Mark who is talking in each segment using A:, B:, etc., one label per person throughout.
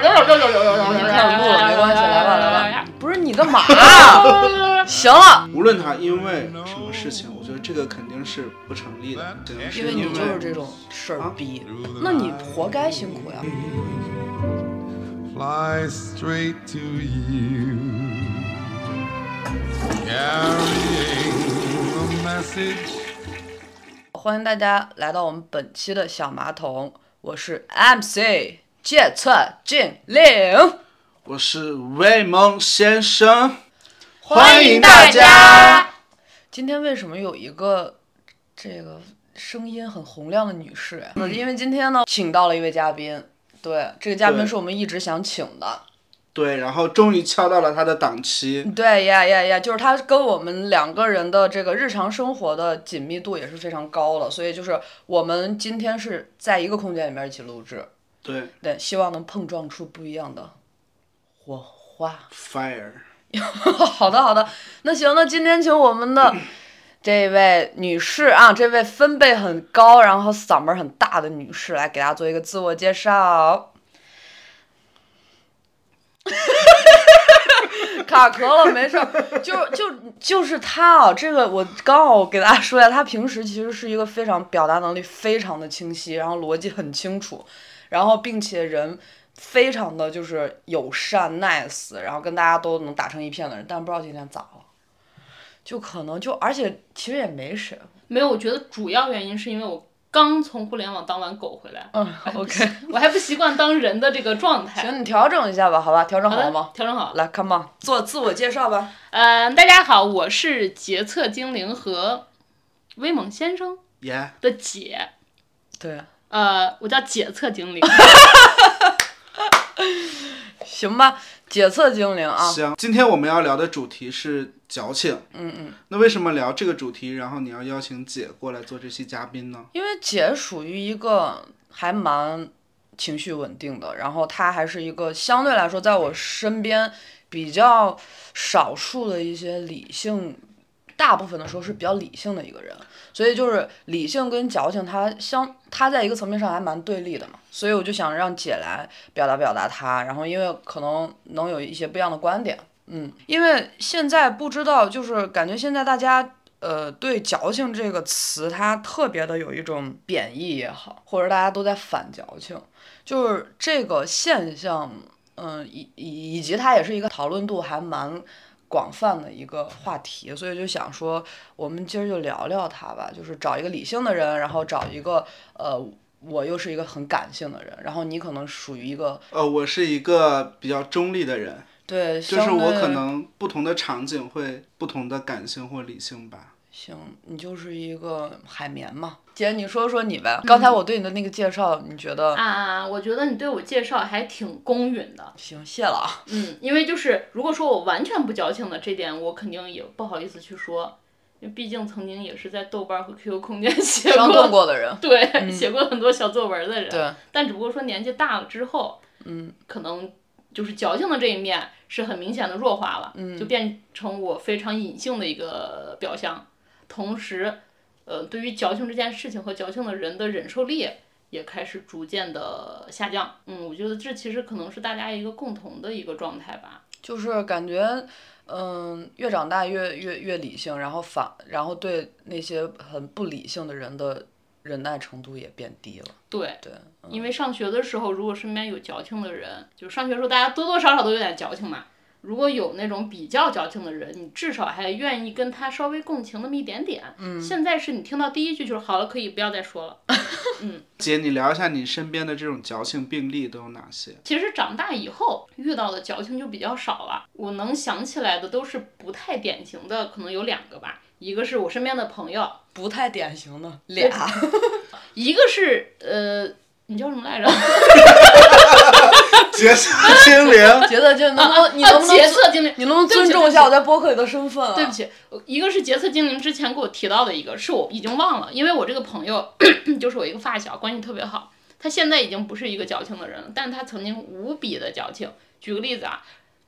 A: 跳舞没关系，来吧来吧。
B: 不是你干嘛呀？行了，
C: 无论他因为什么事情，我觉得这个肯定是不成立的，只能
B: 嗯
C: 是
B: 因为你
C: 因
B: 就是
C: 为
B: 这种事儿逼，啊那你活该辛苦呀。
D: fly straight to you, carrying the message.
B: 欢迎大家来到我们本期的小马桶，我是 MC 芥川禁令，
C: 我是威蒙先生，
B: 欢
C: 迎
A: 大家。
B: 今天为什么有一个这个声音很洪亮的女士？因为今天呢，请到了一位嘉宾，对，这个嘉宾
C: 对
B: 是我们一直想请的。
C: 对，然后终于敲到了他的档期，
B: 对呀呀呀，就是它跟我们两个人的这个日常生活的紧密度也是非常高的，所以就是我们今天是在一个空间里面一起录制，
C: 对
B: 对，希望能碰撞出不一样的火花。
C: ，fire，
B: 好的好的，那行，那今天请我们的这位女士啊，这位分贝很高，然后嗓门很大的女士来给大家做一个自我介绍。 卡壳了，没事儿，就就就是她啊，这个我刚好给大家说一下，她平时其实是一个非常表达能力非常的清晰，然后逻辑很清楚，然后并且人非常的就是友善 nice，然后跟大家都能打成一片的人，但不知道今天咋了，就可能就而且其实也没谁，
A: 没有，我觉得主要原因是因为我刚从互联网当完狗回来，哎
B: 嗯，OK，
A: 我还不习惯当人的这个状态。
B: 行，你调整一下吧，好吧，调整好
A: 好的
B: 了吗？？
A: 调整好了。
B: 来，come on，做自我介绍吧。
A: 嗯，大家好，我是洁厕精灵和威猛先生
C: 耶，
A: 的姐，
B: 对，
A: 呃，我叫洁厕精 灵。
B: 行吧，解测精灵啊，
C: 行，今天我们要聊的主题是矫情，
B: 嗯嗯，
C: 那为什么聊这个主题？然后你要邀请姐过来做这期嘉宾呢？
B: 因为姐属于一个还蛮情绪稳定的，然后她还是一个相对来说在我身边比较少数的一些理性。大部分的时候是比较理性的一个人，所以就是理性跟矫情，它相它在一个层面上还蛮对立的嘛，所以我就想让姐来表达表达她，然后因为可能能有一些不一样的观点，嗯，因为现在不知道，就是感觉现在大家呃，对“矫情”这个词，它特别的有一种贬义也好，或者大家都在反矫情，就是这个现象，嗯，以以以及它也是一个讨论度还蛮广泛的一个话题，所以就想说，我们今儿就聊聊它吧，就是找一个理性的人，然后找一个呃，我又是一个很感性的人，然后你可能属于一个
C: 呃，我是一个比较中立的人，
B: 对，
C: 就
B: 相
C: 是我
B: 对
C: 可能不同的场景会不同的感性或理性吧。
B: 行，你就是一个海绵嘛。姐，你说说你呗。刚才我对你的那个介绍，你觉得？
A: 啊，我觉得你对我介绍还挺公允的，
B: 行，谢了啊。
A: 嗯，因为就是如果说我完全不矫情的这点，我肯定也不好意思去说，因为毕竟曾经也是在豆瓣儿和 QQ 空间 写
B: 伤痛
A: 过，
B: 过的人。
A: 对， 写过很多小作文的人，
B: 嗯对，
A: 但只不过说年纪大了之后，
B: 嗯，
A: 可能就是矫情的这一面是很明显的弱化了，嗯，就变成我非常隐性的一个表象，同时，呃，对于矫情这件事情和矫情的人的忍受力。也开始逐渐的下降，嗯，我觉得这其实可能是大家一个共同的一个状态吧，
B: 就是感觉，嗯，越长大越越越理性，然后反，然后对那些很不理性的人的忍耐程度也变低了。
A: 对，
B: 对，嗯
A: 因为上学的时候，如果身边有矫情的人，就上学的时候大家多多少少都有点矫情嘛。如果有那种比较矫情的人，你至少还愿意跟他稍微共情那么一点点。嗯，现在是你听到第一句就是好了，可以不要再说了。
C: 姐，你聊一下你身边的这种矫情病例都有哪 些？
A: 其实长大以后遇到的矫情就比较少了，我能想起来的都是不太典型的，可能有两个吧。一个是我身边的朋友，
B: 不太典型的俩，
A: 一个是呃，你叫什么来 着？
C: 洁厕精灵，
B: 杰子，杰，能不
A: 哦
B: 能你能不能
A: 杰
B: 尊
A: 克经理，
B: 你能不能
A: 啊对不
B: 尊
A: 起
B: 重一下我在播客里的身份啊？
A: 对不，起，呃一个是杰策精灵之前给我提到的一个，是我已经忘了，因为我这个朋友 就是我一个发小，关系特别好。他现在已经不是一个矫情的人了，但他曾经无比的矫情。举个例子啊，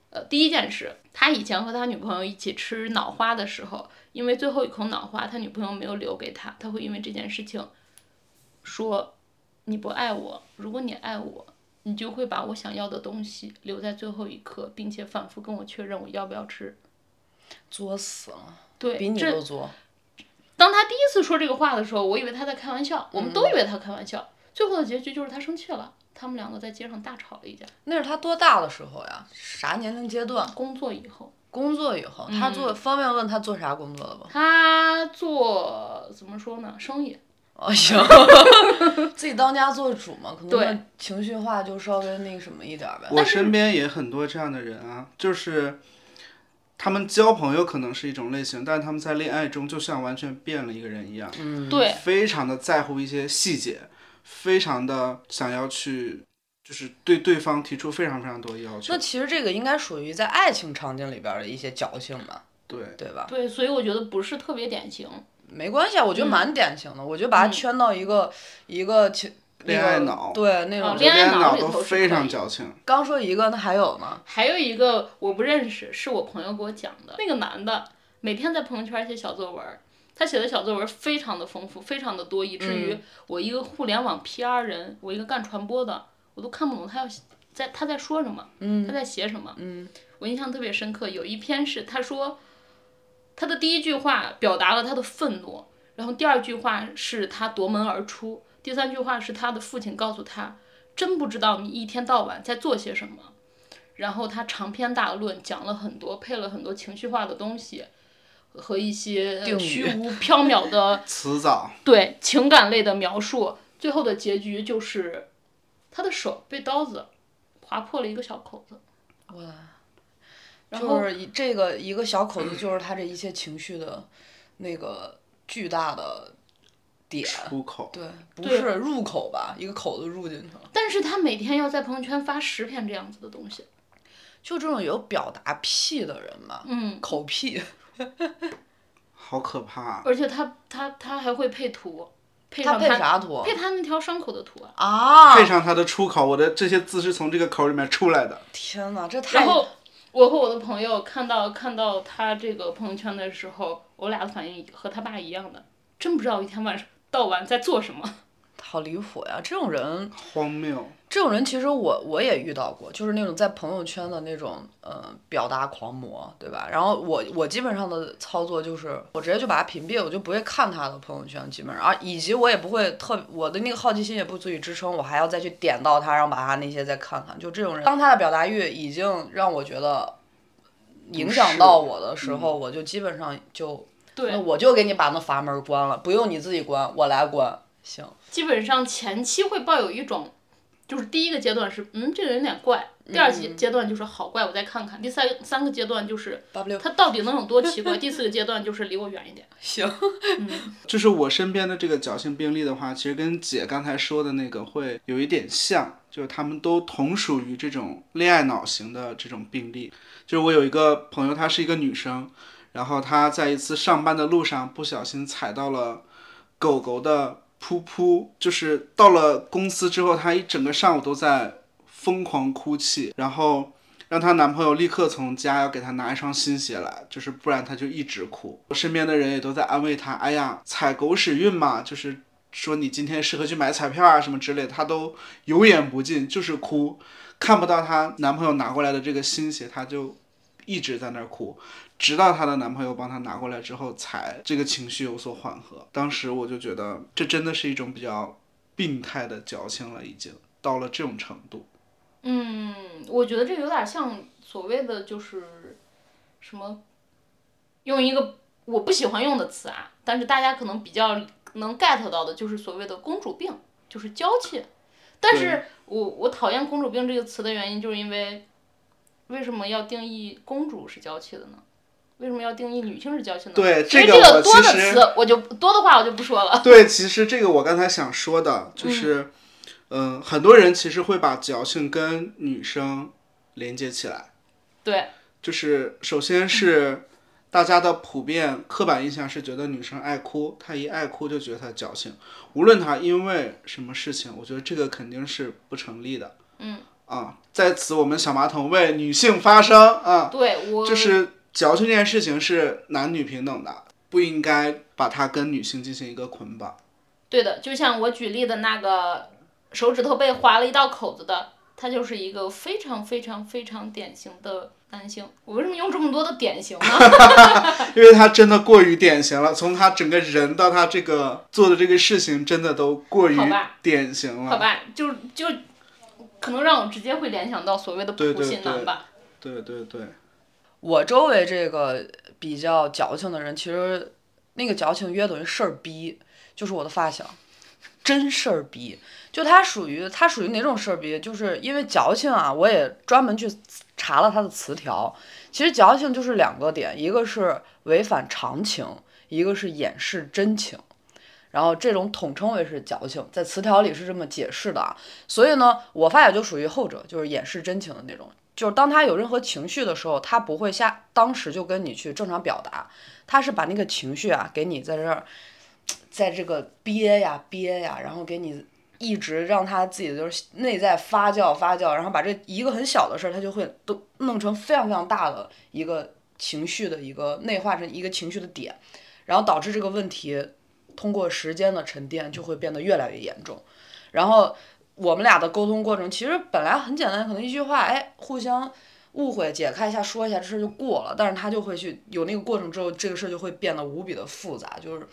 A: 呃，第一件事，他以前和他女朋友一起吃脑花的时候，因为最后一口脑花他女朋友没有留给他，他会因为这件事情说你不爱我，如果你爱我，你就会把我想要的东西留在最后一刻，并且反复跟我确认我要不要吃。
B: 作死了，
A: 对，
B: 比你
A: 这
B: 都作。
A: 当他第一次说这个话的时候，我以为他在开玩笑，我们都以为他开玩笑。最后的结局就是他生气了，他们两个在街上大吵了一架。
B: 那是他多大的时候呀？啥年龄阶段？
A: 工作以后，
B: 工作以后，
A: 嗯
B: 他做、方便问他做啥工作的不？
A: 他做怎么说呢？生意，
B: 哦，行， 自己当家做主嘛，可能
A: 对
B: 那情绪化就稍微那个什么一点儿呗。
A: 但
C: 我
A: 是
C: 身边也很多这样的人啊，就是他们交朋友可能是一种类型，但是他们在恋爱中就像完全变了一个人一样，
B: 嗯
A: 对，
C: 非常的在乎一些细节，非常的想要去，就是对对方提出非常非常多的要求
B: 那。其实这个应该属于在爱情场景里边儿的一些矫情嘛，
C: 对，
B: 对吧？
A: 对，所以我觉得不是特别典型。
B: 没关系啊，我
A: 嗯
B: 觉得蛮典型的，我就把它圈到一个、一个情
C: 恋爱脑
B: 对那种、
A: 哦
C: 恋
A: 恋爱脑
C: 脑
A: 里
C: 都
A: 头是
C: 非
A: 可
C: 常
A: 以
C: 矫情，
B: 刚说一个，那还有呢？
A: 还有一个我不认识，是我朋友给我讲的。那个男的每天在朋友圈写小作文儿，他写的小作文儿非常的丰富，非常的多，以至于我一个互联网 PR 人，我一个干传播的，我都看不懂他要在他在说什么，他在写什么。我印象特别深刻，有一篇是他说他的第一句话表达了他的愤怒，然后第二句话是他夺门而出，第三句话是他的父亲告诉他。真不知道你一天到晚在做些什么，然后他长篇大论讲了很多，配了很多情绪化的东西，和一些
B: 定语
A: 呃虚无缥缈的
C: 辞藻。
A: 对呃情感类的描述。最后的结局就是，他的手被刀子划破了一个小口子。然后
B: 就是一这个一个小口子，就是他这一切情绪的那个巨大的点，
C: 出口，
B: 对，不
A: 对
B: 是入口吧？一个口子入进去了，
A: 但是他每天要在朋友圈发十篇这样子的东西。
B: 就这种有表达癖的人嘛，
A: 嗯，
B: 口癖，
C: 好可怕啊、
A: 而且他他他还会配图，配
B: 他
A: 上
B: 配啥图
A: 配他那条伤口的图啊。
B: 啊？
C: 配上他的出口，我的这些字是从这个口里面出来的。
B: 天哪，这太
A: 然后我和我的朋友看到看到他这个朋友圈的时候，我俩的反应和他爸一样的，真不知道一天晚上到晚在做什么。
B: 好离谱呀！这种人，
C: 荒谬，
B: 这种人其实我我也遇到过，就是那种在朋友圈的那种呃表达狂魔，对吧？然后我我基本上的操作就是，我直接就把他屏蔽了，我就不会看他的朋友圈，基本上，啊，以及我也不会特我的那个好奇心也不足以支撑我还要再去点到他，然后把他那些再看看。就这种人，当他的表达欲已经让我觉得影响到我的时候，我就基本上就
A: 对
B: 那我就给你把那阀门关了，不用你自己关，我来关，行。
A: 基本上前期会抱有一种，就是第一个阶段是嗯这个人有点怪，第二
B: 嗯
A: 阶阶段就是好怪我再看看，第三三个阶段就是他到底能有多奇怪，第四个阶段就是离我远一点。
B: 行，
C: 就是我身边的这个侥幸病例的话，其实跟姐刚才说的那个会有一点像，就是他们都同属于这种恋爱脑型的这种病例。就是我有一个朋友，她是一个女生，然后她在一次上班的路上不小心踩到了狗狗的噗噗，就是到了公司之后，她一整个上午都在疯狂哭泣，然后让她男朋友立刻从家要给她拿一双新鞋来，就是不然她就一直哭。我身边的人也都在安慰她，哎呀，踩狗屎运嘛，就是说你今天适合去买彩票啊什么之类的，她都有眼不进，就是哭，看不到她男朋友拿过来的这个新鞋，她就一直在那儿哭。直到她的男朋友帮她拿过来之后，才这个情绪有所缓和。当时我就觉得，这真的是一种比较病态的矫情了，已经到了这种程度。
A: 嗯，我觉得这个有点像所谓的就是什么，用一个我不喜欢用的词啊，但是大家可能比较能 get 到的，就是所谓的公主病，就是娇气。但是我我讨厌“公主病”这个词的原因，就是因为为什么要定义公主是娇气的呢？为什么要定义女性是娇气呢？
C: 对
A: 其实
C: 这
A: 这
C: 个我
A: 个多的
C: 其实
A: 词我就多的话我就不说了。
C: 对，其实这个我刚才想说的就是，嗯、很多人其实会把矫情跟女生连接起来，
A: 对，
C: 就是首先是大家的普遍刻板印象是觉得女生爱哭，她一爱哭就觉得她矫情，无论她因为什么事情，我觉得这个肯定是不成立的。
A: 嗯，
C: 啊，在此我们小马桶为女性发声啊，
A: 对我
C: 就是矫情这件事情是男女平等的，不应该把它跟女性进行一个捆绑。
A: 对的，就像我举例的那个手指头被划了一道口子的，他就是一个非常非常非常典型的男性。我为什么用这么多的典型呢？
C: 因为他真的过于典型了，从他整个人到他这个做的这个事情，真的都过于
A: 好吧
C: 典型
A: 好
C: 了。
A: 吧，就就可能让我直接会联想到所谓的
C: 对
A: 普
C: 对
A: 信男
C: 对
A: 吧。
C: 对对对，
B: 我周围这个比较矫情的人，其实那个矫情约等于事儿逼，就是我的发小，真事儿逼。就他属于他属于哪种事儿逼？就是因为矫情啊，我也专门去查了他的词条。其实矫情就是两个点，一个是违反常情，一个是掩饰真情。然后这种统称为是矫情，在词条里是这么解释的啊。所以呢，我发小就属于后者，就是掩饰真情的那种。就是当他有任何情绪的时候，他不会下当时就跟你去正常表达，他是把那个情绪啊给你在这儿，在这个憋呀憋呀，然后给你一直让他自己就是内在发酵发酵，然后把这一个很小的事儿，他就会都弄成非常非常大的一个情绪的一个内化成一个情绪的点，然后导致这个问题通过时间的沉淀就会变得越来越严重，然后。我们俩的沟通过程其实本来很简单，可能一句话，哎，互相误会解开一下，说一下，这事儿就过了。但是他就会去有那个过程之后，这个事儿就会变得无比的复杂，就是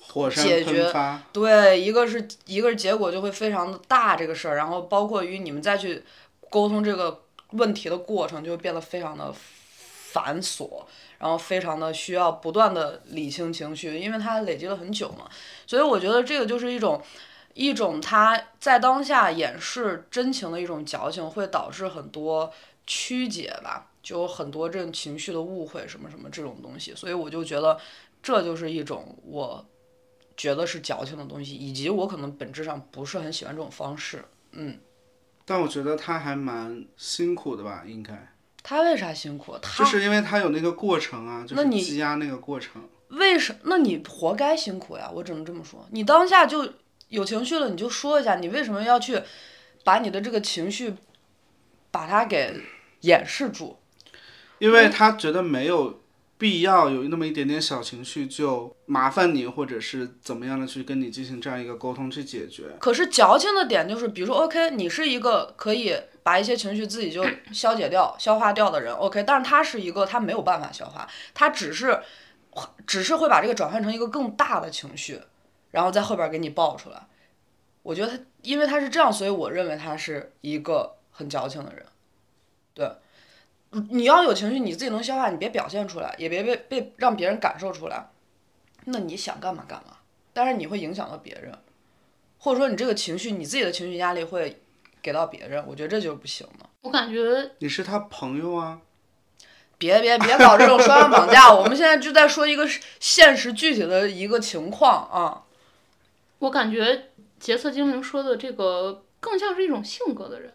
C: 火山
B: 解决
C: 喷发，
B: 对，一个是一个是结果就会非常的大这个事儿，然后包括于你们再去沟通这个问题的过程，就会变得非常的繁琐，然后非常的需要不断的理清情绪，因为它累积了很久嘛，所以我觉得这个就是一种。一种他在当下掩饰真情的一种矫情，会导致很多曲解吧，就有很多这种情绪的误会什么什么这种东西，所以我就觉得这就是一种我觉得是矫情的东西，以及我可能本质上不是很喜欢这种方式。嗯，
C: 但我觉得他还蛮辛苦的吧，应该，
B: 他为啥辛苦？他、
C: 就是因为他有那个过程啊，就
B: 那
C: 是
B: 你
C: 积压那个过程。
B: 为什？那你活该辛苦呀！我只能这么说。你当下就有情绪了，你就说一下，你为什么要去把你的这个情绪把它给掩饰住？
C: 因
B: 嗯
C: 为他觉得没有必要有那么一点点小情绪就麻烦你，或者是怎么样的去跟你进行这样一个沟通去解决。
B: 可是矫情的点就是，比如说，OK，你是一个可以把一些情绪自己就消解掉、消化掉的人，OK，但是他是一个他没有办法消化，他只是只是会把这个转换成一个更大的情绪，然后在后边给你爆出来。我觉得他，因为他是这样，所以我认为他是一个很矫情的人。对，你要有情绪，你自己能消化，你别表现出来，也别被被让别人感受出来。那你想干嘛干嘛，但是你会影响到别人。或者说你这个情绪，你自己的情绪压力会给到别人，我觉得这就是不行的。
A: 我感觉
C: 你是他朋友啊，
B: 别别别搞这种双向绑架，我们现在就在说一个现实具体的一个情况啊。
A: 我感觉杰克精灵说的这个更像是一种性格的人，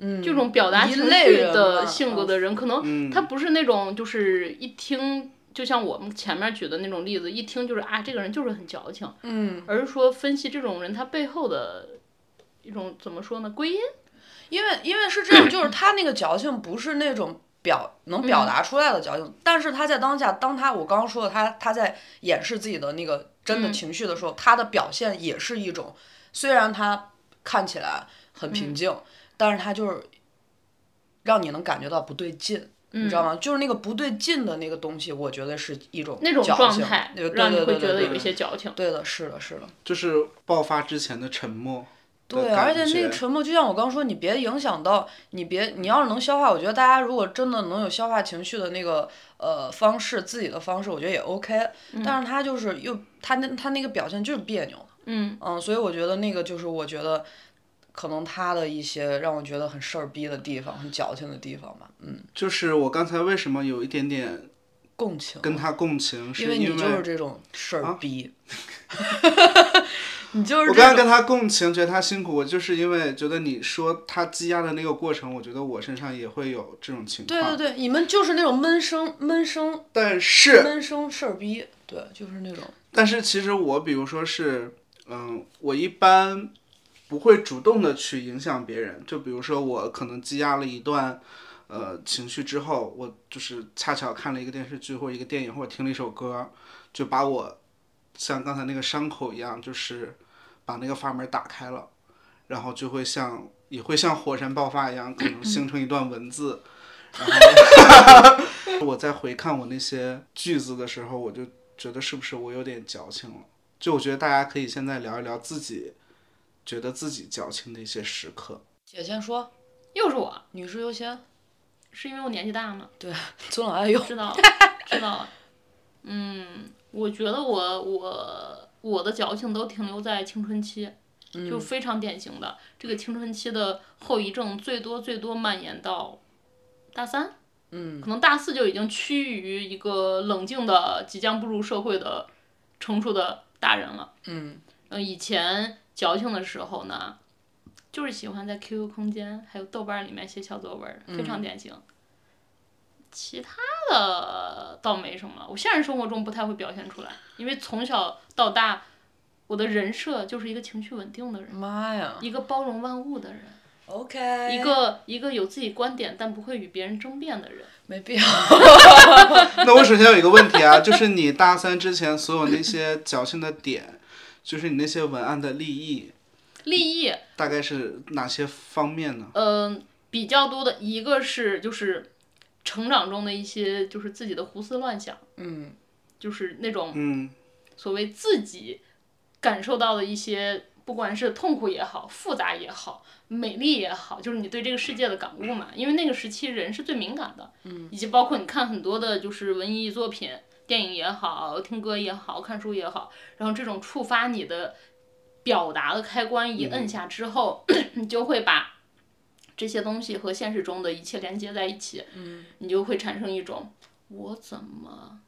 B: 嗯，
A: 这种表达
B: 一
A: 情
B: 类
A: 绪
B: 人
A: 的
B: 嘛
A: 性格的人，可能
C: 嗯
A: 他不是那种就是一听，就像我们前面举的那种例子，一听就是啊，这个人就是很矫情，
B: 嗯，
A: 而是说分析这种人他背后的一种怎么说呢，归因。
B: 因为因为是这样，就是他那个矫情不是那种表能
A: 嗯
B: 表达出来的矫情，但是他在当下，当他我刚刚说的他他在掩饰自己的那个真的
A: 嗯
B: 情绪的时候，他的表现也是一种，虽然他看起来很
A: 嗯
B: 平静，但是他就是让你能感觉到不对劲。你
A: 嗯
B: 知道吗？就是那个不对劲的那个东西，我觉得是一种
A: 那种
B: 矫
A: 状
B: 情
A: 态
B: 对，对
A: 让你
B: 对
A: 会
B: 对
A: 觉得
B: 对
A: 有一些矫情。
B: 对的，是的，是的，
C: 就是爆发之前的沉默的
B: 对。
C: 感
B: 而且那
C: 觉
B: 个沉默，就像我刚说，你别影响到你别，你要是能消化，我觉得大家如果真的能有消化情绪的那个呃方式，自己的方式，我觉得也 OK、但
C: 嗯
B: 是他就是又他那他那个表现就是别扭，
A: 嗯，
B: 嗯，所以我觉得那个就是我觉得可能他的一些让我觉得很事儿逼的地方，很矫情的地方吧，嗯，
C: 就是我刚才为什么有一点点
B: 共情
C: 跟他共情，是
B: 因为你
C: 因啊
B: 就是这种事儿 逼，你就是
C: 我
B: 这
C: 刚
B: 种
C: 刚跟他共情，觉得他辛苦，我就是因为觉得你说他积压的那个过程，我觉得我身上也会有这种情
B: 对
C: 况。
B: 对对，你们就是那种闷声闷声
C: 但是
B: 闷声事儿逼，对，就是那种
C: 但是其实我比如说是，嗯，我一般不会主动的去影响别人。就比如说我可能积压了一段呃情绪之后，我就是恰巧看了一个电视剧或者一个电影或者听了一首歌，就把我像刚才那个伤口一样，就是把那个阀门打开了，然后就会像也会像火山爆发一样，可能形成一段文字。然后我在回看我那些句子的时候，我就觉得是不是我有点矫情了？就我觉得大家可以现在聊一聊自己觉得自己矫情的一些时刻。
B: 姐先说，
A: 又是我，
B: 女士优先，
A: 是因为我年纪大吗？
B: 尊老爱幼。
A: 知道了，知道了。嗯，我觉得我我我的矫情都停留在青春期，就非常典型的、这个青春期的后遗症，最多最多蔓延到大三，嗯，可能大四就已经趋于一个冷静的、即将步入社会的成熟的大人了。
B: 嗯
A: 嗯，以前矫情的时候呢，就是喜欢在 QQ 空间还有豆瓣儿里面写小作文儿，非常典型。其他的倒没什么，我现实生活中不太会表现出来，因为从小到大，我的人设就是一个情绪稳定的人，
B: 妈呀
A: 一个包容万物的人，
B: ，OK，
A: 一个一个有自己观点但不会与别人争辩的人。
B: 没必要。
C: 那我首先有一个问题啊，就是你大三之前所有那些矫情的点，就是你那些文案的立意，
A: 立意，
C: 大概是哪些方面呢？
A: 嗯、比较多的一个是就是成长中的一些就是自己的胡思乱想，
B: 嗯
A: 就是那种
C: 嗯
A: 所谓自己感受到的一些，不管是痛苦也好，复杂也好，美丽也好，就是你对这个世界的感悟嘛。因为那个时期人是最敏感的，嗯，以及包括你看很多的就是文艺作品、电影也好，听歌也好，看书也好，然后这种触发你的表达的开关一摁下之后， 你就会把。这些东西和现实中的一切连接在一起，嗯、你就会产生一种我怎么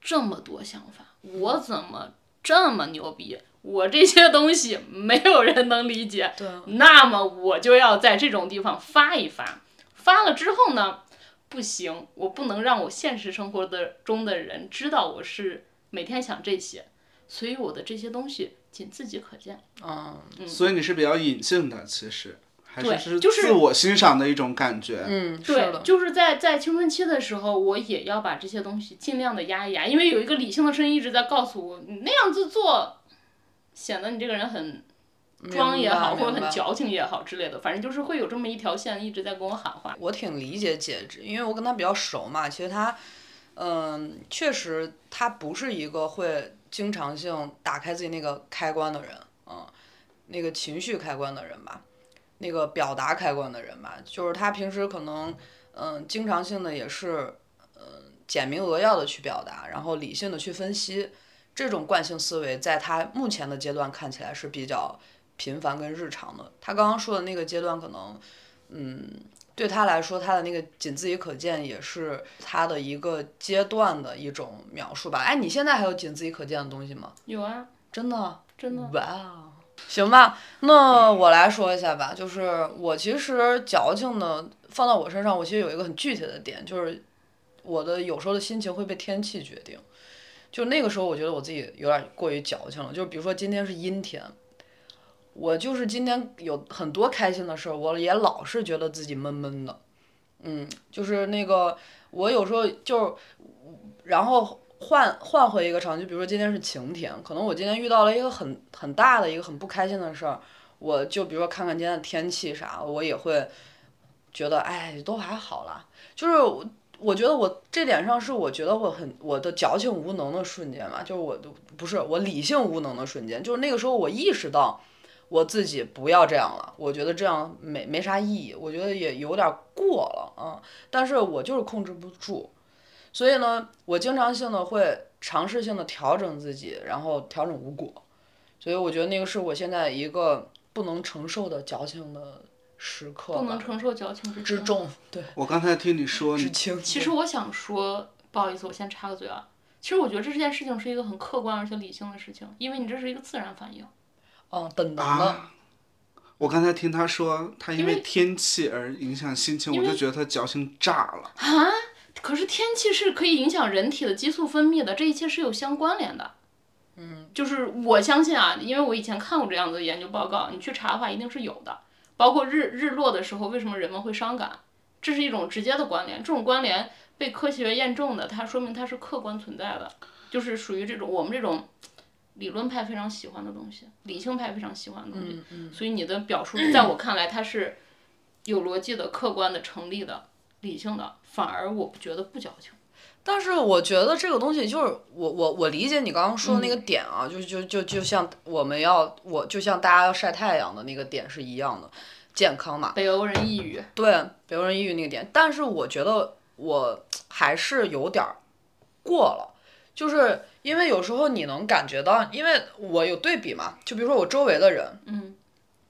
A: 这么多想法，我怎么这么牛逼？我这些东西没有人能理解，
B: 对
A: 那么我就要在这种地方发一发。发了之后呢，不行，我不能让我现实生活的中的人知道我是每天想这些，所以我的这些东西仅自己可见。
B: 嗯，
C: 所以你是比较隐性的，其实还是
A: 对
C: 是
A: 就是
C: 自我欣赏的一种感觉。
B: 嗯，是
A: 对
B: 的，，
A: 就是在在青春期的时候，我也要把这些东西尽量的压一压，因为有一个理性的声音一直在告诉我，你那样子做，显得你这个人很装也好，
B: 明白
A: 或者
B: 明白
A: 很矫情也好之类的，反正就是会有这么一条线一直在跟我喊话。
B: 我挺理解姐姐，因为我跟她比较熟嘛。其实她，嗯，确实她不是一个会经常性打开自己那个开关的人，嗯，那个情绪开关的人吧，那个表达开关的人吧，就是她平时可能，嗯，经常性的也是，嗯，简明扼要的去表达，然后理性的去分析。这种惯性思维在她目前的阶段看起来是比较频繁跟日常的。她刚刚说的那个阶段，可能，嗯，对他来说，他的那个仅自己可见也是他的一个阶段的一种描述吧。哎，你现在还有仅自己可见的东西吗？
A: 有啊，
B: 真的？
A: 真的，
B: 哇哦，行吧，那我来说一下吧，就是我其实矫情的放到我身上，我其实有一个很具体的点，就是我的有时候的心情会被天气决定。就那个时候，我觉得我自己有点过于矫情了。就是比如说今天是阴天，我就是今天有很多开心的事儿，我也老是觉得自己闷闷的。嗯，就是那个我有时候就是，然后换换回一个场景，就比如说今天是晴天，可能我今天遇到了一个很很大的一个很不开心的事儿，我就比如说看看今天的天气啥，我也会觉得哎都还好啦，就是我。我觉得我这点上是我觉得我很我的矫情无能的瞬间吧，就是我不是我理性无能的瞬间，就是那个时候我意识到我自己不要这样了，我觉得这样没没啥意义，我觉得也有点过了啊、但是我就是控制不住，所以呢，我经常性的会尝试性的调整自己，然后调整无果，所以我觉得那个是我现在一个不能承受的矫情的时刻吧，
A: 不能承受矫情之
B: 之
A: 重。
B: 重，对，
C: 我刚才听你说，
B: 之
C: 你
B: 轻。
A: 其实我想说，不好意思，我先插个嘴啊。其实我觉得这件事情是一个很客观而且理性的事情，因为你这是一个自然反应。
B: 哦，等等的，
C: 啊，我刚才听他说他因
A: 因
C: 为
A: 为
C: 天气而影响心情，我就觉得他矫情炸了。
A: 啊，可是天气是可以影响人体的激素分泌的，这一切是有相关联的。嗯，就是我相信啊，因为我以前看过这样子的研究报告，你去查的话一定是有的。包括日日落的时候，为什么人们会伤感？这是一种直接的关联，这种关联被科学验证的，它说明它是客观存在的，就是属于这种我们这种理论派非常喜欢的东西，理性派非常喜欢的东西。所以你的表述，在我看来，它是有逻辑的、客观的、成立的、理性的，反而我觉得不矫情。
B: 但是我觉得这个东西就是我我我理解你刚刚说的那个点啊，就就就就像我们要我就像大家要晒太阳的那个点是一样的，健康嘛。
A: 北欧人抑郁，
B: 对，北欧人抑郁那个点，但是我觉得我还是有点儿过了，就是因为有时候你能感觉到，因为我有对比嘛，就比如说我周围的人，
A: 嗯，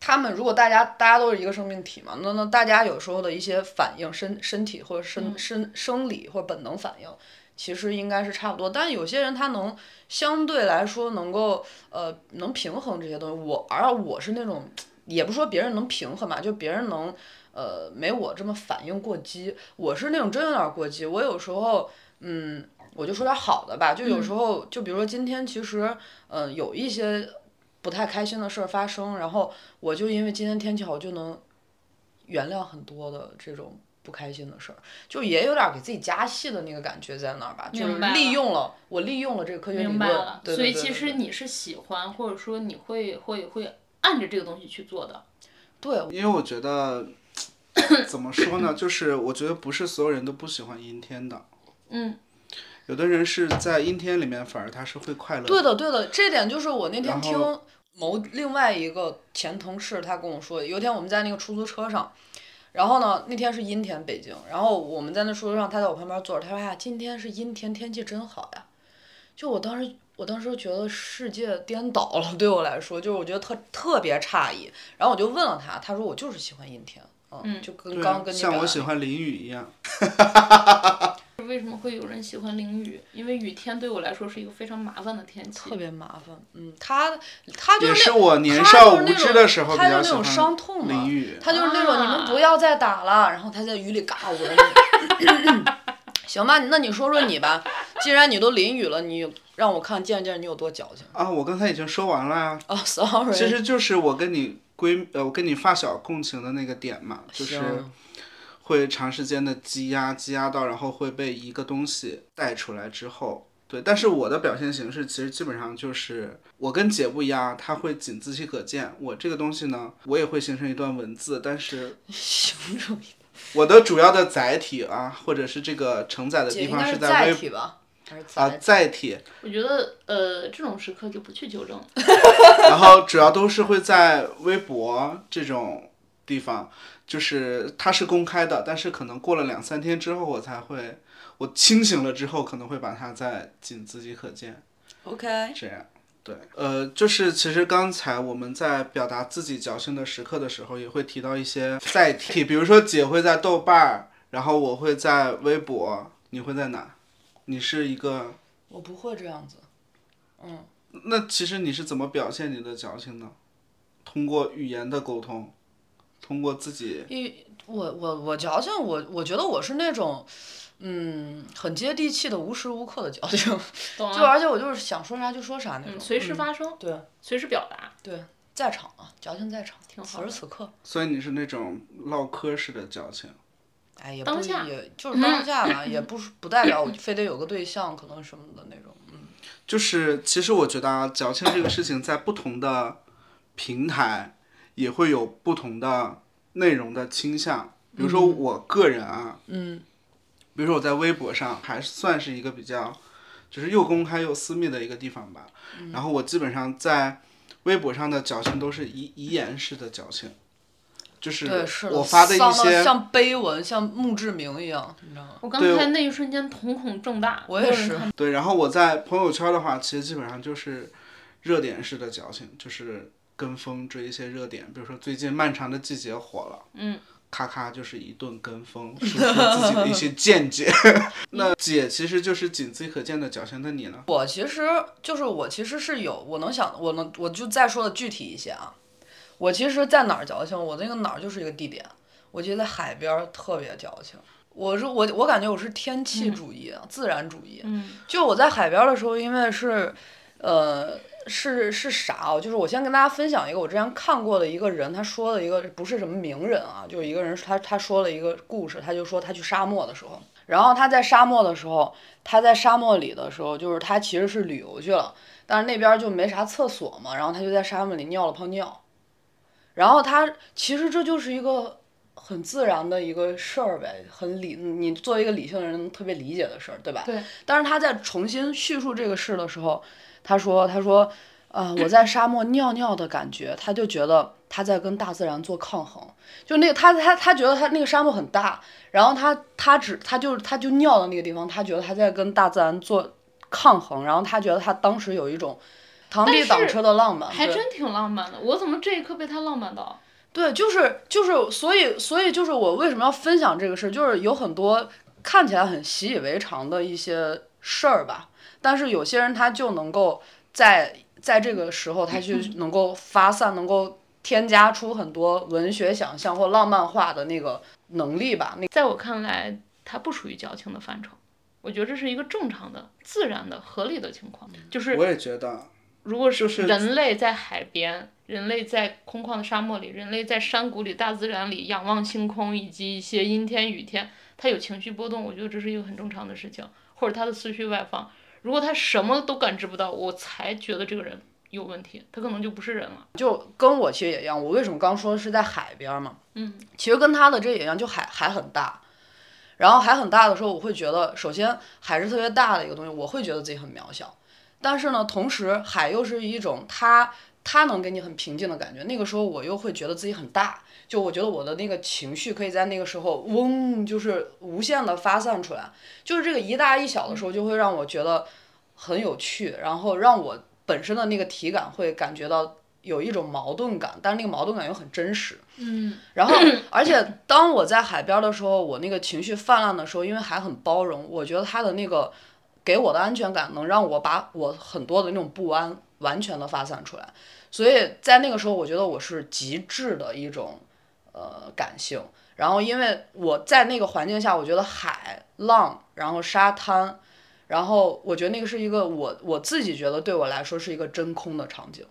B: 他们如果大家大家都是一个生命体嘛，那那大家有时候的一些反应，身身体或者身
A: 嗯
B: 身生理或者本能反应，其实应该是差不多。但有些人他能相对来说能够呃能平衡这些东西，我而我是那种也不说别人能平衡吧，就别人能呃没我这么反应过激，我是那种真有点过激。我有时候嗯，我就说点好的吧，就有时
A: 嗯
B: 候就比如说今天其实嗯、呃有一些。不太开心的事儿发生，然后我就因为今天天气好，就能原谅很多的这种不开心的事儿，就也有点给自己加戏的那个感觉在那儿吧，就是
A: 明白了
B: 利用了我利用了这个科学理
A: 明
B: 论，
A: 白了。
B: 对对
A: 所以
B: 对
A: 其
B: 对
A: 实
B: 对
A: 你是喜欢，或者说你会会会按着这个东西去做的。
B: 对
C: 因为我觉 得怎么说呢，就是我觉得不是所有人都不喜欢阴天的，
A: 嗯，
C: 有的人是在阴天里面反而他是会快乐的。
B: 对的对的，这点就是我那天
C: 然
B: 听
C: 后
B: 某另外一个前同事他跟我说的，有一天我们在那个出租车上。然后呢？那天是阴天，北京。然后我们在那出租车上，他在我旁边坐着。他说：“哎呀，今天是阴天，天气真好呀。”就我当时，我当时觉得世界颠倒了，对我来说，就是我觉得特特别诧异。然后我就问了他，他说：“我就是喜欢阴天。”嗯，就跟
C: 对啊
B: 刚跟你
C: 像
B: 表
C: 我
B: 达
C: 喜欢淋雨一样，
A: 为什么会有人喜欢淋雨？因为雨天对我来说是一个非常麻烦的天气。
B: 特别麻烦。嗯，他他就
C: 也
B: 是
C: 是
B: 那
C: 我年
B: 他
C: 少
B: 就是
C: 无
B: 那
C: 知
B: 种
C: 的时候比
B: 他就
C: 较
B: 那
C: 喜
B: 种伤痛啊
C: 欢
B: 嘛
C: 淋雨。
B: 他就是那种、你们
A: 啊
B: 不要再打了，然后他在雨里嘎我的那种。行吧，那你 说说你吧，既然你都淋雨了，你让我看见见你有多矫情
C: 啊，我刚才已经说完了啊，
B: 啊、s o r r y
C: 其实就是我跟你闺呃，我跟你发小共情的那个点嘛，就是会长时间的积压，积压到然后会被一个东西带出来之后，对。但是我的表现形式其实基本上就是我跟姐不一样，她会仅自己可见。我这个东西呢，我也会形成一段文字，但是
B: 形容一
C: 我的主要的载体啊，或者是这个承载的
B: 姐
C: 地
B: 应
C: 方
B: 该
C: 是在
B: 载
C: 微
B: 体吧，还是载
C: 啊
B: 体？
C: 载体，
A: 我觉得呃，这种时刻就不去纠正了。
C: 然后主要都是会在微博这种地方，就是它是公开的，但是可能过了两三天之后，我才会，我清醒了之后，可能会把它再仅自己可见
B: OK，
C: 这样。对，呃，就是其实刚才我们在表达自己矫情的时刻的时候，也会提到一些载体，比如说姐会在豆瓣儿，然后我会在微博，你会在哪？你是一个，
B: 我不会这样子。
C: 那其实你是怎么表现你的矫情呢？通过语言的沟通，通过自己
B: 一我我我矫情，我我觉得我是那种，嗯，很接地气的，无时无刻的矫情，
A: 懂
B: 就
A: 了，
B: 而且我就是想说啥就说啥那种。
A: 嗯，随时发声，
B: 对
A: 随时表达，
B: 对，在场啊，矫情在场，
A: 挺
B: 此
A: 好
B: 时
A: 的
B: 此刻。
C: 所以你是那种唠嗑式的矫情，
B: 哎，也
A: 当
B: 不
A: 下嗯
B: 也就是当下吧，也不是不代表我非得有个对象，可能什么的那种。
C: 就是其实我觉得啊，矫情这个事情在不同的平台也会有不同的内容的倾向。比如说我个人啊，
B: 嗯，
C: 比如说我在微博上还算是一个比较，就是又公开又私密的一个地方吧。
B: 嗯
C: 然后我基本上在微博上的矫情都是遗遗言式的矫情，就是
B: 对，是的
C: 我发的一
B: 丧到
C: 些
B: 像碑文，像墓志铭一样，你知道吗？
A: 我刚
C: 对
A: 才那一瞬间瞳孔正
B: 嗯
A: 大，
B: 我
A: 没
B: 也
A: 有人
B: 是
A: 看，
C: 对，然后我在朋友圈的话，其实基本上就是热点式的矫情，就是跟风追一些热点，比如说最近《漫长的季节》火了，
A: 嗯，
C: 咔咔就是一顿跟风，输出自己的一些见解。 那姐其实就是仅自己可见的矫情，那你呢？
B: 我其实就是我其实是有，我能想，我能我就再说的具体一些啊。我其实，在哪儿矫情？我那个哪儿就是一个地点，我觉得在海边儿特别矫情。我是我，我感觉我是天气主义、啊，自然主义。
A: 嗯，
B: 就我在海边儿的时候，因为是，呃，是是啥啊？就是我先跟大家分享一个我之前看过的一个人，他说的一个不是什么名人啊，就是一个人他他说了一个故事，他就说他去沙漠的时候，然后他在沙漠的时候，他在沙漠里的时候，就是他其实是旅游去了，但是那边儿就没啥厕所嘛，然后他就在沙漠里尿了泡尿，然后他其实这就是一个很自然的一个事儿呗，很理你作为一个理性的人特别理解的事儿，对吧？
A: 对。
B: 但是他在重新叙述这个事的时候，他说：“他说，呃，我在沙漠尿尿的感觉，他就觉得他在跟大自然做抗衡，就那个他他他觉得他那个沙漠很大，然后他他只他就他就尿到那个地方，他觉得他在跟大自然做抗衡，然后他觉得他当时有一种螳臂
A: 但
B: 挡
A: 是
B: 车的浪漫，
A: 还
B: 对
A: 真挺浪漫的。我怎么这一刻被他浪漫到？
B: 对，就是就是，所以所以就是我为什么要分享这个事儿，就是有很多看起来很习以为常的一些事儿吧，但是有些人他就能够在在这个时候，他去能够发散，能够添加出很多文学想象或浪漫化的那个能力吧。那
A: 在我看来，它不属于矫情的范畴。我觉得这是一个正常的、自然的、合理的情况。就
C: 嗯
A: 是
C: 我也觉得，
A: 如果是
C: 就是
A: 人类在海边，人类在空旷的沙漠里，人类在山谷里、大自然里仰望星空，以及一些阴天、雨天，他有情绪波动，我觉得这是一个很正常的事情，或者他的思绪外放。如果他什么都感知不到，我才觉得这个人有问题，他可能就不是人了。
B: 就跟我其实也一样，我为什么刚说是在海边儿嘛？
A: 嗯，
B: 其实跟他的这也一样，就海海很大，然后海很大的时候，我会觉得，首先海是特别大的一个东西，我会觉得自己很渺小。但是呢，同时海又是一种它它能给你很平静的感觉。那个时候我又会觉得自己很大，就我觉得我的那个情绪可以在那个时候嗡，就是无限的发散出来。就是这个一大一小的时候，就会让我觉得很有趣，然后让我本身的那个体感会感觉到有一种矛盾感，但是那个矛盾感又很真实。
A: 嗯，
B: 然后，而且当我在海边儿的时候，我那个情绪泛滥的时候，因为海很包容，我觉得它的那个给我的安全感，能让我把我很多的那种不安完全的发散出来。所以在那个时候，我觉得我是极致的一种呃感性。然后，因为我在那个环境下，我觉得海浪，然后沙滩，然后我觉得那个是一个我我自己觉得对我来说是一个真空的场景。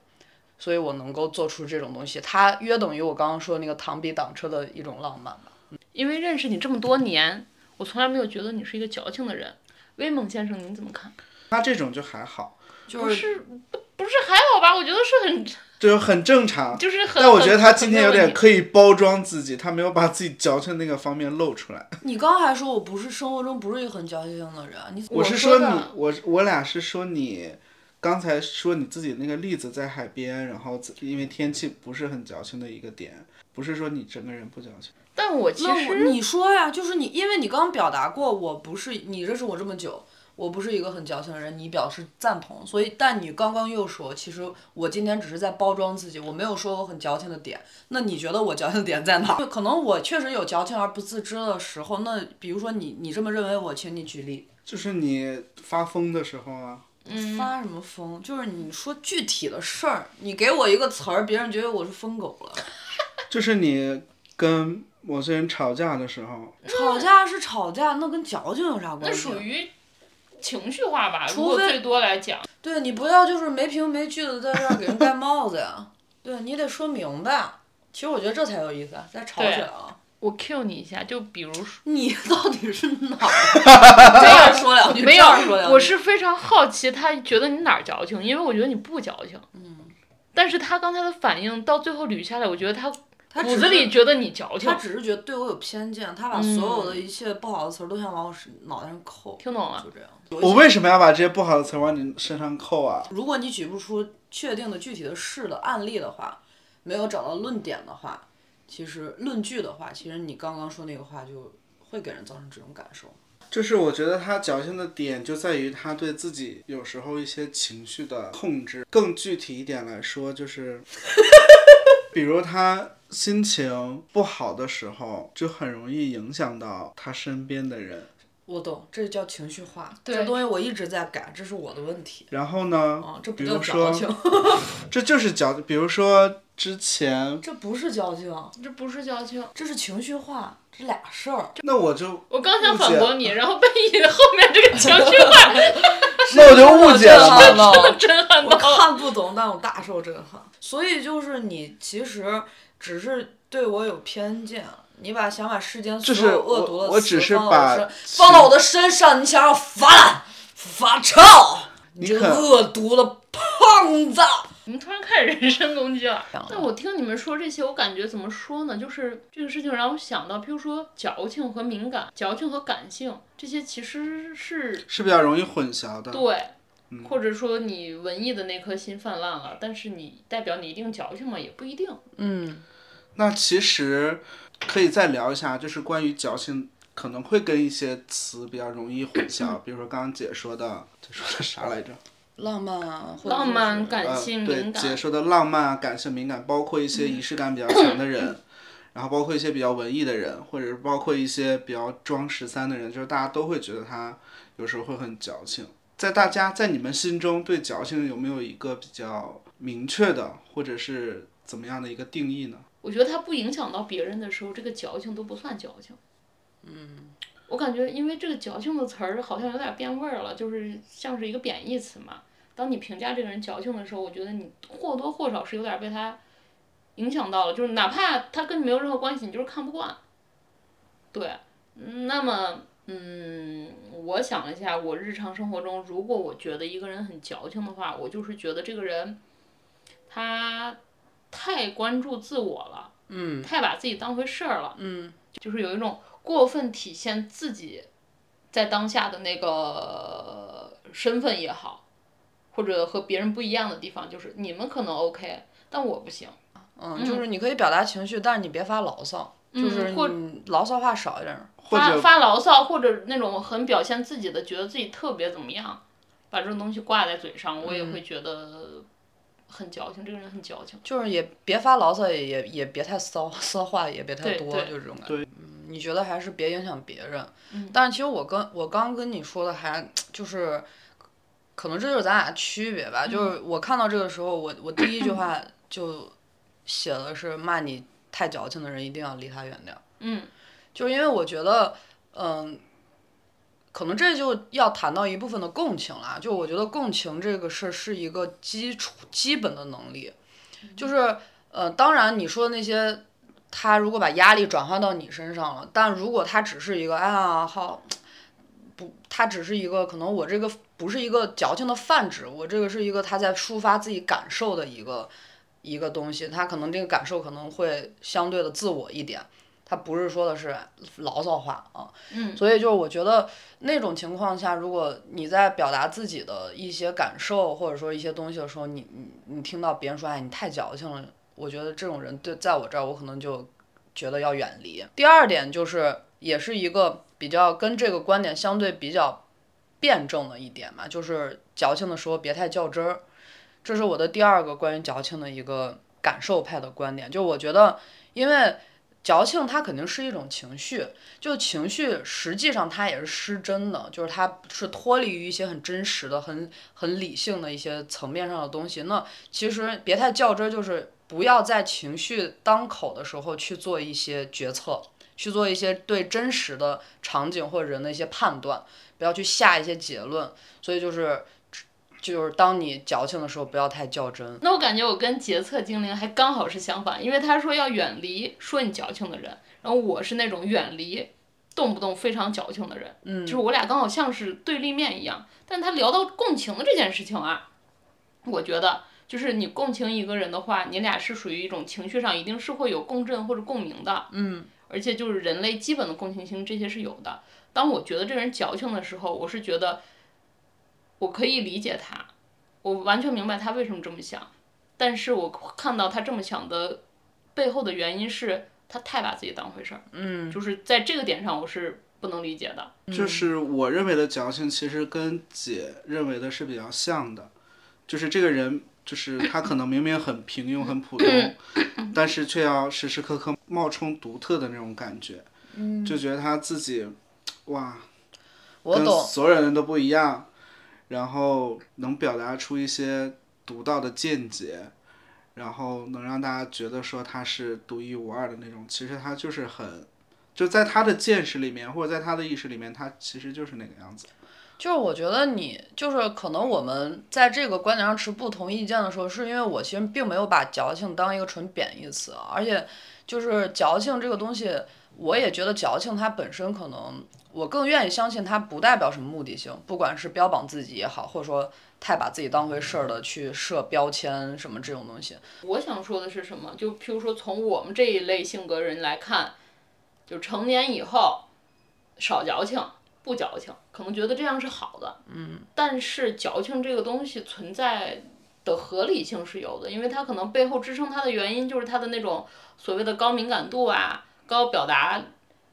B: 所以我能够做出这种东西，它约等于我刚刚说那个螳臂挡车的一种浪漫吧。
A: 因为认识你这么多年，我从来没有觉得你是一个矫情的人。威猛先生，您怎么看？
C: 他这种就还好，
B: 就
C: 嗯
A: 不是不不是还好吧？我觉得是很
C: 就是很正常。
A: 就是很。
C: 啊但我觉得他
A: 很
C: 今天有
A: 很没问
C: 点
A: 题
C: 刻意包装自己，他没有把自己矫情那个方面露出来。
B: 你刚还说我不是生活中不是一个很矫情的人，你
C: 我是
A: 说
C: 你
A: 的，
C: 我我俩是说你刚才说你自己那个例子在海边，然后自因为天气不是很矫情的一个点，不是说你整个人不矫情。
A: 但我其
B: 那我
A: 实
B: 你说呀，就是你，因为你刚刚表达过我不是你认识我这么久，我不是一个很矫情的人，你表示赞同，所以但你刚刚又说，其实我今天只是在包装自己，我没有说我很矫情的点。那你觉得我矫情的点在哪儿？ 可能我确实有矫情而不自知的时候。那比如说你你这么认为我，请你举例。
C: 就是你发疯的时候啊，
A: 嗯，
B: 发什么疯？就是你说具体的事儿，你给我一个词儿，别人觉得我是疯狗了。
C: 就是你跟某些人吵架的时候，
B: 吵架是吵架，那跟矫情有啥关系？
A: 嗯
B: 啊
A: 那属于情绪化吧。如
B: 除
A: 果
B: 非
A: 最多来讲，
B: 对你不要就是没凭没据的在这儿给人戴帽子呀，对你得说明白。其实我觉得这才有意思，再吵起来啊！
A: 我 cue 你一下，就比如 说，
B: 你到底是哪 儿？这
C: 啊
B: 样说两句，
A: 没
B: 这样说两
A: 有，
B: 句。
A: 我是非常好奇，他觉得你哪儿矫情，因为我觉得你不矫情。
B: 嗯，
A: 但是他刚才的反应到最后捋下来，我觉得他
B: 他
A: 骨
B: 只
A: 子
B: 是
A: 里觉得你矫情
B: 他。只是觉得对我有偏见，他把所有
A: 嗯
B: 的一切不好的词儿都想往我身脑袋上扣，
A: 听懂了
B: 就，这样。
C: 我为什么要把这些不好的词往你身上扣啊？
B: 如果你举不出确定的具体的事的案例的话，没有找到论点的话，其实论据的话，其实你刚刚说那个话就会给人造成这种感受。
C: 就是我觉得他矫情的点就在于他对自己有时候一些情绪的控制。更具体一点来说，就是， 比如他心情不好的时候，就很容易影响到他身边的人。
B: 我懂，这叫情绪化，
A: 对
B: 这东西我一直在改，这是我的问题。
C: 然后呢，
B: 啊，这
C: 比
B: 不叫
C: 如
B: 矫
C: 说，
B: 情，
C: 这就是矫，比如说之 前，
B: 这不是矫情，
A: 这不是矫情。
B: 这是情绪化，这俩事儿。
C: 那我就
A: 我刚想
C: 误解
A: 反驳你，然后被你的后面这个情绪化
C: 那我就误解了嘛。
B: 了。
A: 震撼
B: 我
A: 到。
B: 看不懂，但我大受震撼。所以就是你其实只是对我有偏见，你把想把世间所
C: 就是
B: 有恶毒的
C: 我
B: 词
C: 我只是
B: 放到我
C: 把
B: 身放到我的身上，你想让我发懒发臭，你
C: 你
B: 这
C: 可
B: 个恶毒的胖子！
A: 你们突然开始人身攻击了
B: 讲了。
A: 那我听你们说这些，我感觉怎么说呢？就是这个事情让我想到，譬如说矫情和敏感、矫情和感性这些，其实是
C: 是比较容易混淆的。
A: 对，
C: 嗯
A: 或者说你文艺的那颗心泛滥了，但是你代表你一定矫情吗？也不一定。
B: 嗯，
C: 那其实可以再聊一下，就是关于矫情，可能会跟一些词比较容易混淆，比如说刚刚姐说的，姐说的啥来着？
B: 浪漫啊，或者
A: 浪漫、
B: 是
A: 感性、
C: 呃、对，
A: 敏
C: 姐
A: 感，
C: 说的浪漫啊、感性、敏感，包括一些仪式感比较强的
A: 嗯
C: 人， 然后包括一些比较文艺的人，或者是包括一些比较装十三的人，就是大家都会觉得他有时候会很矫情。在大家在你们心中对矫情有没有一个比较明确的，或者是怎么样的一个定义呢？
A: 我觉得它不影响到别人的时候，这个矫情都不算矫情。嗯，我感觉因为这个矫情的词儿好像有点变味儿了，就是像是一个贬义词嘛。当你评价这个人矫情的时候，我觉得你或多或少是有点被他影响到了，就是哪怕他跟你没有任何关系，你就是看不惯。对，嗯那么嗯，我想了一下，我日常生活中，如果我觉得一个人很矫情的话，我就是觉得这个人他太关注自我了，嗯，太把自己当回事儿了，嗯，就是有一种过分体现自己在当下的那个身份也好，或者和别人不一样的地方，就是你们可能 OK，但我不行，
B: 嗯，就是你可以表达情绪，但是你别发牢骚，就是
A: 嗯或
B: 你牢骚话少一点儿。
C: 或
A: 发
C: 者
A: 发牢骚或者那种很表现自己的，觉得自己特别怎么样，把这种东西挂在嘴上，我也会觉得很矫情，这个人很矫情。
B: 就是也别发牢骚，也也也别太骚，骚话也别太
A: 对
B: 多，
A: 对
B: 就这种感觉
C: 对。
B: 嗯你觉得还是别影响别人。
A: 嗯
B: 但是其实我跟我刚跟你说的还就是，可能这就是咱俩区别吧。
A: 嗯
B: 就是我看到这个时候，我我第一句话就写的是骂你太矫情的人一定要离他远点儿。
A: 嗯，
B: 就是因为我觉得，嗯。可能这就要谈到一部分的共情啦，就我觉得共情这个事儿是一个基础基本的能力，就是呃，当然你说的那些，他如果把压力转化到你身上了，但如果他只是一个哎呀好，不，他只是一个可能我这个不是一个矫情的泛指，我这个是一个他在抒发自己感受的一个一个东西，他可能这个感受可能会相对的自我一点。他不是说的是牢骚话啊，
A: 嗯
B: 所以就是我觉得那种情况下，如果你在表达自己的一些感受或者说一些东西的时候，你你你听到别人说哎你太矫情了，我觉得这种人对在我这儿我可能就觉得要远离。第二点就是也是一个比较跟这个观点相对比较辩证的一点嘛，就是矫情的时候别太较真儿，这是我的第二个关于矫情的一个感受派的观点，就我觉得因为。矫情，它肯定是一种情绪，就情绪实际上它也是失真的，就是它是脱离于一些很真实的、很很理性的一些层面上的东西。那其实别太较真儿，就是不要在情绪当口的时候去做一些决策，去做一些对真实的场景或人的一些判断，不要去下一些结论。所以就是，就是当你矫情的时候，不要太较真。
A: 那我感觉我跟洁厕精灵还刚好是相反，因为他说要远离说你矫情的人，然后我是那种远离动不动非常矫情的人，嗯，就是我俩刚好像是对立面一样。但他聊到共情的这件事情啊，我觉得就是你共情一个人的话，你俩是属于一种情绪上一定是会有共振或者共鸣的，嗯，而且就是人类基本的共情性这些是有的。当我觉得这人矫情的时候，我是觉得我可以理解他，我完全明白他为什么这么想，但是我看到他这么想的背后的原因是他太把自己当回事儿，嗯，就是在这个点上我是不能理解的，
C: 就是我认为的矫情，其实跟姐认为的是比较像的，就是这个人，就是他可能明明很平庸、很普通，但是却要时时刻刻冒充独特的那种感觉，就觉得他自己，哇，
B: 我
C: 跟
B: 懂，
C: 所有人都不一样，然后能表达出一些独到的见解，然后能让大家觉得说他是独一无二的那种。其实他就是很，就在他的见识里面，或者在他的意识里面，他其实就是那个样子。
B: 就是我觉得你就是可能我们在这个观点上持不同意见的时候，是因为我其实并没有把矫情当一个纯贬义词啊，而且就是矫情这个东西，我也觉得矫情它本身可能我更愿意相信它不代表什么目的性，不管是标榜自己也好，或者说太把自己当回事儿的去设标签什么这种东西。
A: 我想说的是什么？就譬如说，从我们这一类性格人来看，就成年以后少矫情，不矫情，可能觉得这样是好的。嗯。但是矫情这个东西存在的合理性是有的，因为它可能背后支撑它的原因就是它的那种所谓的高敏感度啊、高表达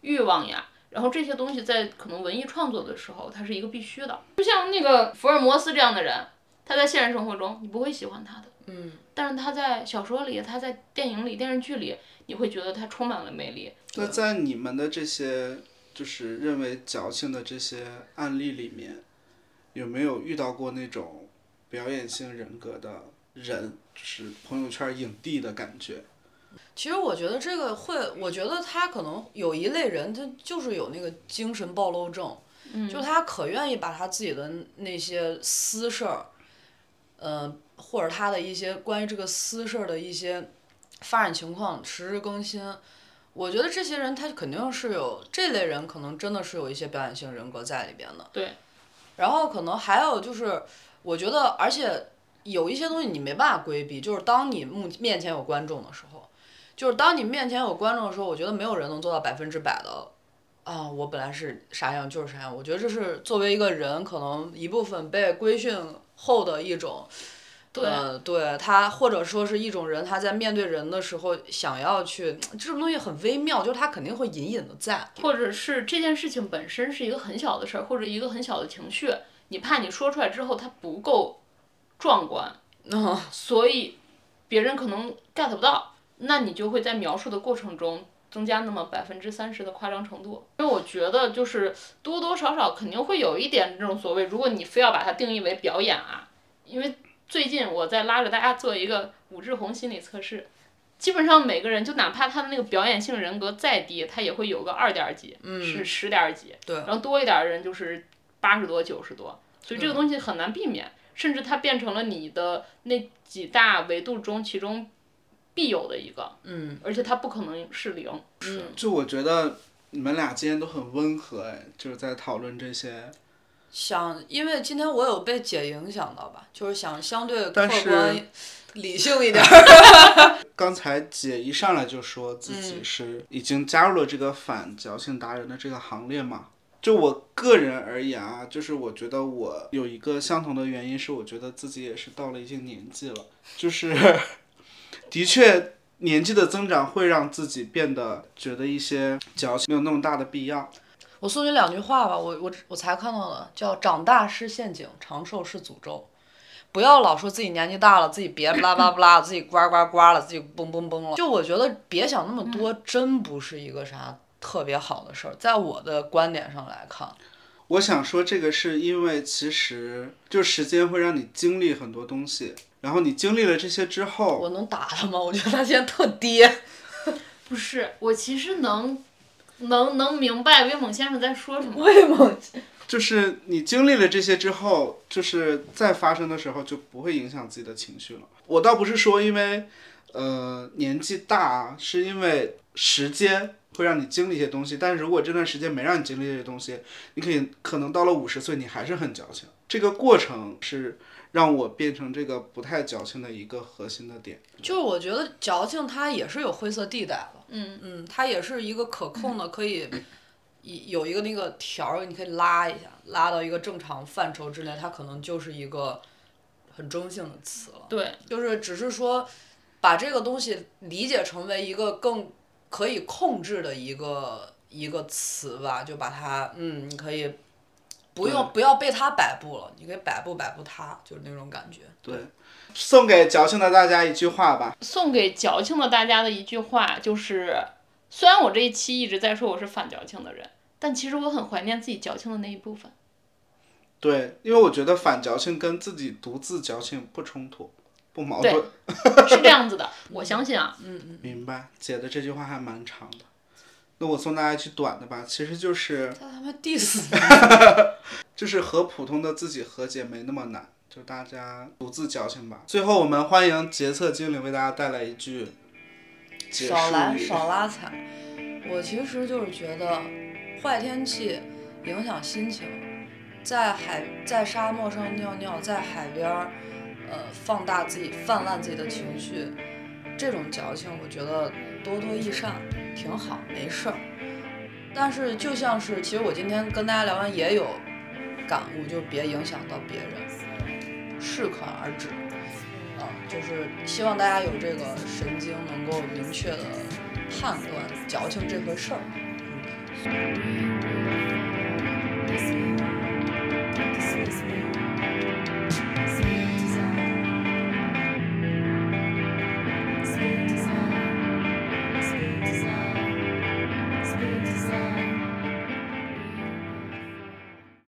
A: 欲望呀。然后这些东西在可能文艺创作的时候，它是一个必须的。就像那个福尔摩斯这样的人，他在现实生活中你不会喜欢他的，
B: 嗯，
A: 但是他在小说里，他在电影里、电视剧里，你会觉得他充满了魅力。
C: 那在你们的这些就是认为矫情的这些案例里面，有没有遇到过那种表演性人格的人，就是朋友圈影帝的感觉？
B: 其实我觉得这个会，我觉得他可能有一类人，他就是有那个精神暴露症，就他可愿意把他自己的那些私事儿，呃，或者他的一些关于这个私事儿的一些发展情况时日更新。我觉得这些人他肯定是有这类人，可能真的是有一些表演性人格在里边的。
A: 对。
B: 然后可能还有就是，我觉得而且有一些东西你没办法规避，就是当你目面前有观众的时候。就是当你面前有观众的时候，我觉得没有人能做到百分之百的，啊，我本来是啥样就是啥样。我觉得这是作为一个人，可能一部分被规训后的一种，
A: 对
B: 呃，对他或者说是一种人，他在面对人的时候想要去，这种东西很微妙，就是他肯定会隐隐的在。
A: 或者是这件事情本身是一个很小的事儿，或者一个很小的情绪，你怕你说出来之后它不够壮观，
B: 嗯，
A: 所以别人可能 get 不到，那你就会在描述的过程中增加那么百分之三十的夸张程度。因为我觉得就是多多少少肯定会有一点这种所谓，如果你非要把它定义为表演啊，因为最近我在拉着大家做一个武志红心理测试。基本上每个人，就哪怕他的那个表演性人格再低，他也会有个二点儿几，是十点儿几，
B: 嗯对
A: 然后多一点儿的人就是八十多、九十多，所
B: 嗯
A: 以这个东西很难避免，甚至它变成了你的那几大维度中其中必有的一个，
B: 嗯，
A: 而且它不可能是零，
C: 就我觉得你们俩今天都很温和，哎，就是在讨论这些。
B: 想，因为今天我有被姐影响到吧，就是想相对客
C: 但是
B: 观、理性一点。
C: 刚才姐一上来就说自己是已经加入了这个反矫情达人的这个行列嘛。就我个人而言啊，就是我觉得我有一个相同的原因是，我觉得自己也是到了一定年纪了，就是 的确年纪的增长会让自己变得觉得一些矫情没有那么大的必要。
B: 我送你两句话吧，我我我才看到的，叫“长大是陷阱，长寿是诅咒”。不要老说自己年纪大了，自己别不拉不拉不 拉，自己呱呱呱了，自己蹦蹦蹦了。就我觉得别想那么多，真不是一个啥特别好的事儿。在我的观点上来看，
C: 我想说这个是因为其实就时间会让你经历很多东西，然后你经历了这些之后，
B: 我能打他吗？我觉得他现在特爹。
A: 不是，我其实能能能明白威猛先生在说什么，
B: 为么？
C: 就是你经历了这些之后，就是再发生的时候就不会影响自己的情绪了。我倒不是说因为，呃，年纪大，是因为时间会让你经历一些东西。但是如果这段时间没让你经历这些东西，你可以可能到了五十岁，你还是很矫情。这个过程是让我变成这个不太矫情的一个核心的点。
B: 就是我觉得矫情它也是有灰色地带的，
A: 嗯
B: 嗯，它也是一个可控的，可 以以有一个那个条儿，你可以拉一下，拉到一个正常范畴之内，它可能就是一个很中性的词了。
A: 对，
B: 就是只是说把这个东西理解成为一个更可以控制的一个一个词吧，就把它嗯，你可以不用不要被它摆布了，你可以摆布摆布它，就是那种感觉。
C: 对，送给矫情的大家一句话吧：
A: 送给矫情的大家的一句话就是，虽然我这一期一直在说我是反矫情的人，但其实我很怀念自己矫情的那一部分。
C: 对，因为我觉得反矫情跟自己独自矫情不冲突，不矛盾。
A: 是这样子的，我相信啊，
C: 明白，姐的这句话还蛮长的。那我送大家一句短的吧，其实就是
B: 他他妈 diss 你
C: 就是和普通的自己和解没那么难，就大家独自矫情吧。最后，我们欢迎决策精灵为大家带来一句结束
B: 少来
C: 语
B: 少拉踩。我其实就是觉得坏天气影响心情，在海在沙漠上尿尿，在海边儿，呃，放大自己泛滥自己的情绪，这种矫情，我觉得多多益善，挺好，没事儿。但是就像是，其实我今天跟大家聊完也有感悟，就别影响到别人，适可而止。嗯，就是希望大家有这个神经能够明确的判断矫情这回事儿。
E: We